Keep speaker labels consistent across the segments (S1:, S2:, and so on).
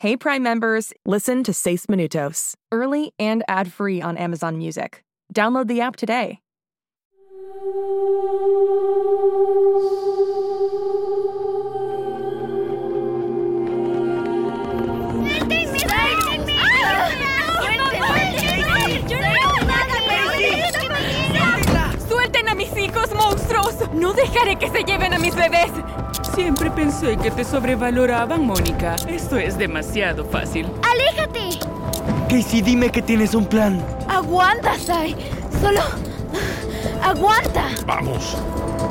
S1: Hey Prime members, listen to Seis Minutos, early and ad-free on Amazon Music. Download the app today.
S2: ¡Suelten a mis hijos, monstruos! ¡No dejaré que se lleven a mis bebés!
S3: Siempre pensé que te sobrevaloraban, Mónica. Esto es demasiado fácil.
S4: ¡Aléjate!
S5: Casey, dime que tienes un plan.
S4: Aguanta, Sai. Solo. Aguanta. Ah.
S6: Vamos,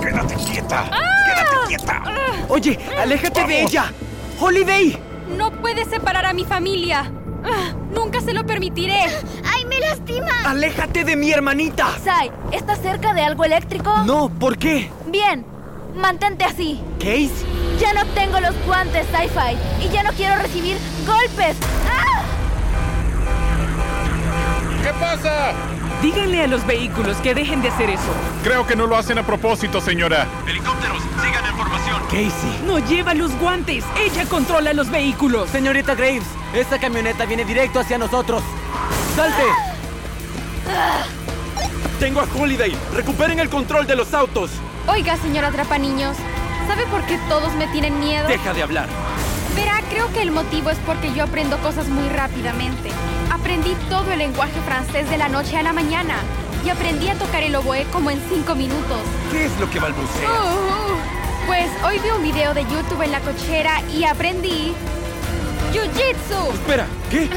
S6: quédate quieta. Quédate quieta.
S5: Oye, aléjate de
S6: Vamos.
S5: ella. Holiday.
S2: ¡No puedes separar a mi familia! Ah, ¡Nunca se lo permitiré!
S4: ¡Ay, me lastima!
S5: Aléjate de mi hermanita.
S4: Sai, ¿estás cerca de algo eléctrico?
S5: No, ¿por qué?
S4: Bien, mantente así.
S5: Case,
S4: Ya no tengo los guantes sci-fi y ya no quiero recibir golpes. ¡Ah!
S6: ¿Qué pasa?
S3: Díganle a los vehículos que dejen de hacer eso.
S6: Creo que no lo hacen a propósito, señora.
S5: Casey.
S3: No lleva los guantes. Ella controla los vehículos.
S7: Señorita Graves, esta camioneta viene directo hacia nosotros. ¡Salte! Tengo a Holiday. Recuperen el control de los autos.
S2: Oiga, señora Trapaniños, ¿sabe por qué todos me tienen miedo?
S7: Deja de hablar.
S2: Verá, creo que el motivo es porque yo aprendo cosas muy rápidamente. Aprendí todo el lenguaje francés de la noche a la mañana. Y aprendí a tocar el oboe como en cinco minutos.
S7: ¿Qué es lo que balbucea?
S2: Uh, pues hoy vi un video de YouTube en la cochera y aprendí... ¡Jiu-Jitsu!
S7: Espera, ¿qué?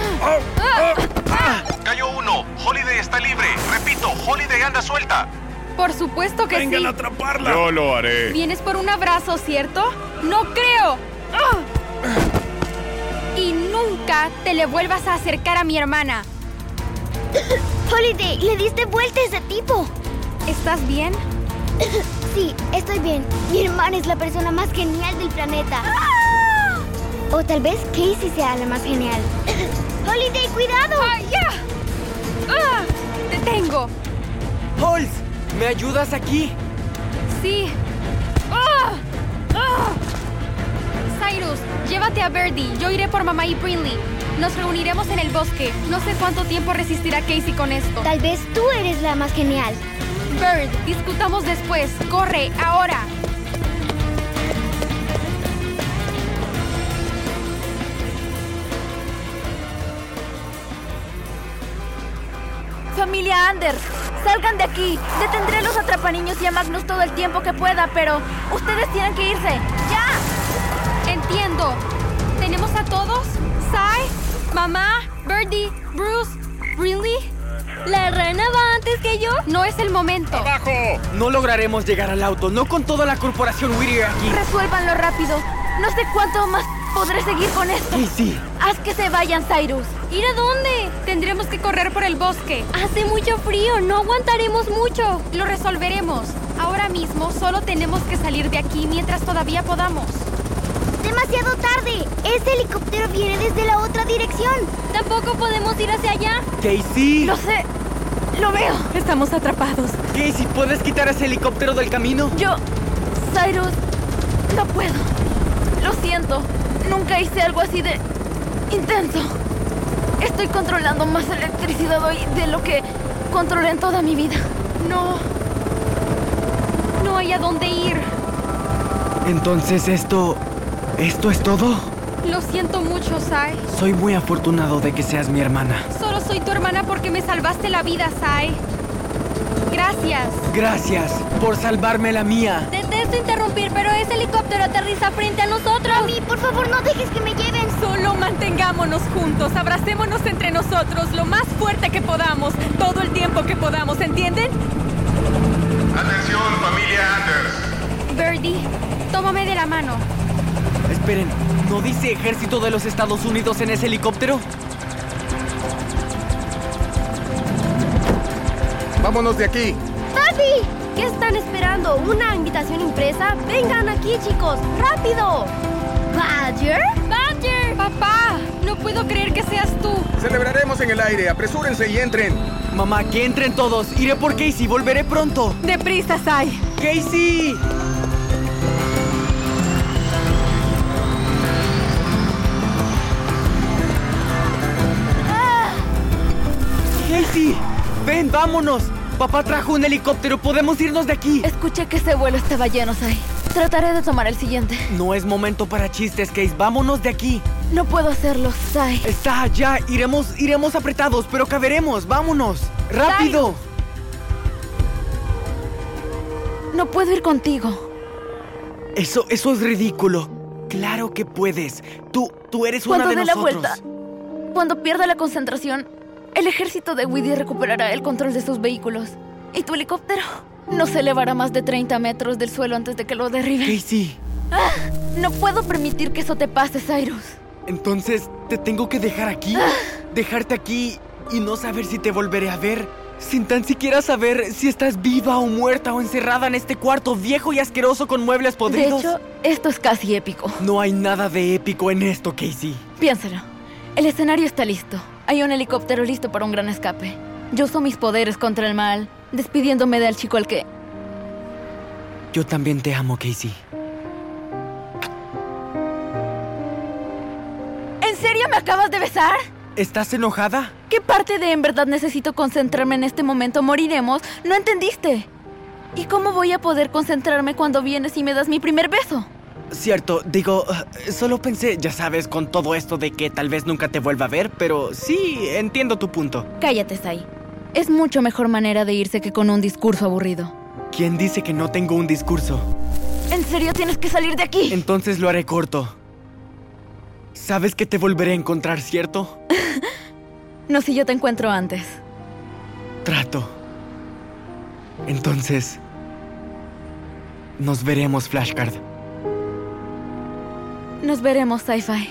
S7: Ah,
S6: Cayó uno. Holiday está libre. Repito, Holiday anda suelta.
S2: Por supuesto que sí.
S6: atraparla. Yo lo haré.
S2: Vienes por un abrazo, ¿cierto? No creo. ¡Ah! Y nunca te le vuelvas a acercar a mi hermana.
S4: Holiday, le diste vuelta a ese tipo.
S2: ¿Estás bien?
S4: Sí, estoy bien. Mi hermana es la persona más genial del planeta. ¡Ah! O tal vez Casey sea la más genial. Holiday, cuidado.
S2: ¡Ah, ya! ¡Ah! ¡Te tengo!
S7: Holz, ¿me ayudas aquí?
S2: Sí. ¡Ah! ¡Ah! Cyrus, llévate a Verdi. Yo iré por mamá y Brinley. Nos reuniremos en el bosque. No sé cuánto tiempo resistirá Casey con esto.
S4: Tal vez tú eres la más genial.
S2: Bird, discutamos después. Corre, ahora.
S4: Familia Anders, salgan de aquí. Detendré a los atrapaniños y a Magnus todo el tiempo que pueda, pero ustedes tienen que irse. ¡Ya!
S2: Entiendo. ¿Tenemos a todos? Sai, mamá, Birdie, Bruce, ¿really? ¿La rana va antes que yo? No es el momento.
S6: ¡Abajo!
S7: No lograremos llegar al auto, no con toda la corporación Whittier aquí.
S4: Resuélvanlo rápido. No sé cuánto más podré seguir con esto.
S7: Casey,
S4: Haz que se vayan, Cyrus.
S2: ¿Ir a dónde? Tendremos que correr por el bosque. Hace mucho frío, no aguantaremos mucho. Lo resolveremos. Ahora mismo solo tenemos que salir de aquí mientras todavía podamos.
S4: Demasiado tarde. Ese helicóptero viene desde la otra dirección.
S2: Tampoco podemos ir hacia allá.
S7: Casey,
S4: Lo sé. Lo veo.
S2: Estamos atrapados.
S7: Casey, ¿puedes quitar ese helicóptero del camino?
S4: Yo, Cyrus, no puedo. Lo siento. Nunca hice algo así de intenso. Estoy controlando más electricidad hoy de lo que controlé en toda mi vida.
S2: No. No hay a dónde ir.
S7: Entonces esto... ¿Esto es todo?
S2: Lo siento mucho, Sai.
S7: Soy muy afortunado de que seas mi hermana.
S2: Solo soy tu hermana porque me salvaste la vida, Sai. Gracias.
S7: Gracias por salvarme la mía.
S2: Detesto interrumpir, pero ese helicóptero aterriza frente a nosotros.
S4: Mami, por favor, no dejes que me lleven.
S2: Solo mantengámonos juntos, abracémonos entre nosotros lo más fuerte que podamos, todo el tiempo que podamos, ¿entienden?
S6: Atención, familia Anders.
S2: Birdie, tómame de la mano.
S7: Esperen, ¿no dice ejército de los Estados Unidos en ese helicóptero?
S6: Vámonos de aquí.
S4: ¡Papi! ¿Qué están esperando? ¿Una invitación impresa? Vengan aquí, chicos. ¡Rápido! ¿Badger?
S2: ¡Badger! ¡Papá! No puedo creer que seas tú.
S6: Celebraremos en el aire. Apresúrense y entren.
S7: Mamá, que entren todos. Iré por Casey, volveré pronto.
S2: Deprisa, Sai.
S7: ¡Casey!
S5: ¡Casey! ¡Ven, vámonos! Papá trajo un helicóptero, podemos irnos de aquí.
S2: Escuché que ese vuelo estaba lleno, Sai. Trataré de tomar el siguiente.
S5: No es momento para chistes, Case. Vámonos de aquí.
S2: No puedo hacerlo, Sai.
S5: Está allá. Iremos, iremos apretados, pero caberemos. Vámonos. Rápido.
S2: No puedo ir contigo.
S5: Eso, eso es ridículo. Claro que puedes. Tú, tú eres una
S2: Cuando
S5: de
S2: dé la
S5: nosotros.
S2: vuelta, cuando pierda la concentración, el ejército de Woody recuperará el control de sus vehículos. Y tu helicóptero no se elevará más de 30 metros del suelo antes de que lo derriben.
S5: Casey,
S2: No puedo permitir que eso te pase, Cyrus.
S5: entonces te tengo que dejar aquí,
S2: Ah.
S5: dejarte aquí y no saber si te volveré a ver, sin tan siquiera saber si estás viva o muerta o encerrada en este cuarto viejo y asqueroso con muebles
S2: De
S5: podridos.
S2: hecho, esto es casi épico.
S5: no hay nada de épico en esto, Casey.
S2: Piénsalo. El escenario está listo. Hay un helicóptero listo para un gran escape. Yo uso mis poderes contra el mal, despidiéndome del chico al que...
S5: Yo también te amo, Casey.
S2: ¿En serio me acabas de besar?
S5: ¿Estás enojada?
S2: ¿Qué parte de en verdad necesito concentrarme en este momento? Moriremos. ¿No entendiste? ¿Y cómo voy a poder concentrarme cuando vienes y me das mi primer beso?
S5: Cierto, digo, eh, solo pensé, ya sabes, con todo esto de que tal vez nunca te vuelva a ver, pero sí, entiendo tu punto.
S2: Cállate, Sai. Es mucho mejor manera de irse que con un discurso aburrido.
S5: ¿Quién dice que no tengo un discurso?
S2: ¿En serio tienes que salir de aquí?
S5: Entonces lo haré corto. ¿Sabes que te volveré a encontrar, cierto?
S2: No, si yo te encuentro antes.
S5: Trato. Entonces, nos veremos, Flashcard.
S2: Nos veremos, Sci-Fi.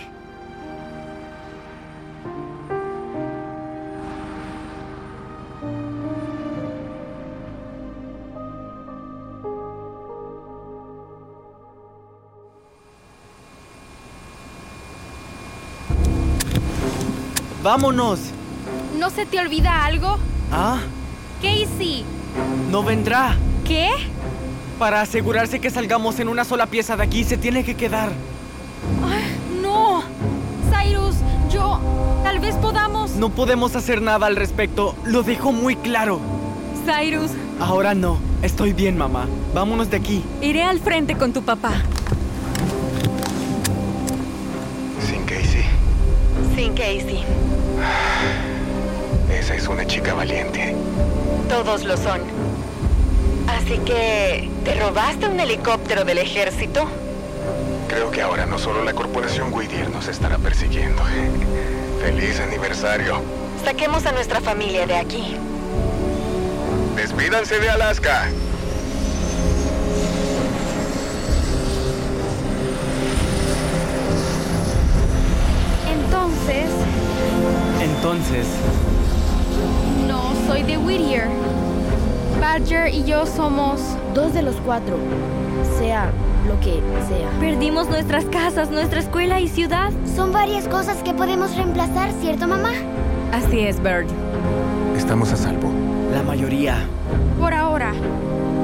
S5: ¡Vámonos!
S8: ¿No se te olvida algo?
S5: Ah,
S8: Casey,
S5: no vendrá.
S8: ¿qué?
S5: Para asegurarse que salgamos en una sola pieza de aquí, se tiene que quedar.
S8: No. Cyrus, yo... Tal vez podamos...
S5: No podemos hacer nada al respecto, lo dejo muy claro.
S8: Cyrus,
S5: Ahora no, estoy bien, mamá. Vámonos de aquí.
S8: iré al frente con tu papá.
S6: Sin Casey.
S9: Sin Casey,
S6: Esa es una chica valiente.
S9: todos lo son. Así que, ¿te robaste un helicóptero del ejército?
S6: Creo que ahora no solo la corporación Whittier nos estará persiguiendo. Feliz aniversario.
S9: Saquemos a nuestra familia de aquí.
S6: Despídanse de Alaska.
S8: Entonces,
S5: Entonces,
S8: no soy de Whittier. Badger y yo somos...
S10: Dos de los cuatro, sea lo que sea.
S8: Perdimos nuestras casas, nuestra escuela y ciudad.
S4: Son varias cosas que podemos reemplazar, ¿cierto, mamá?
S9: Así es, Bird.
S6: Estamos a salvo.
S5: la mayoría.
S8: Por ahora.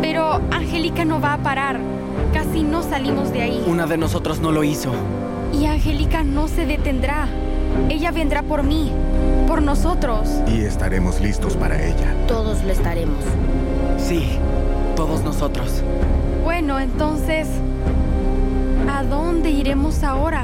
S8: Pero Angélica no va a parar. Casi no salimos de ahí.
S5: Una de nosotros no lo hizo.
S8: Y Angélica no se detendrá. Ella vendrá por mí, por nosotros.
S6: Y estaremos listos para ella.
S10: Todos lo estaremos.
S5: Sí, todos nosotros.
S8: Bueno, entonces, ¿a dónde iremos ahora?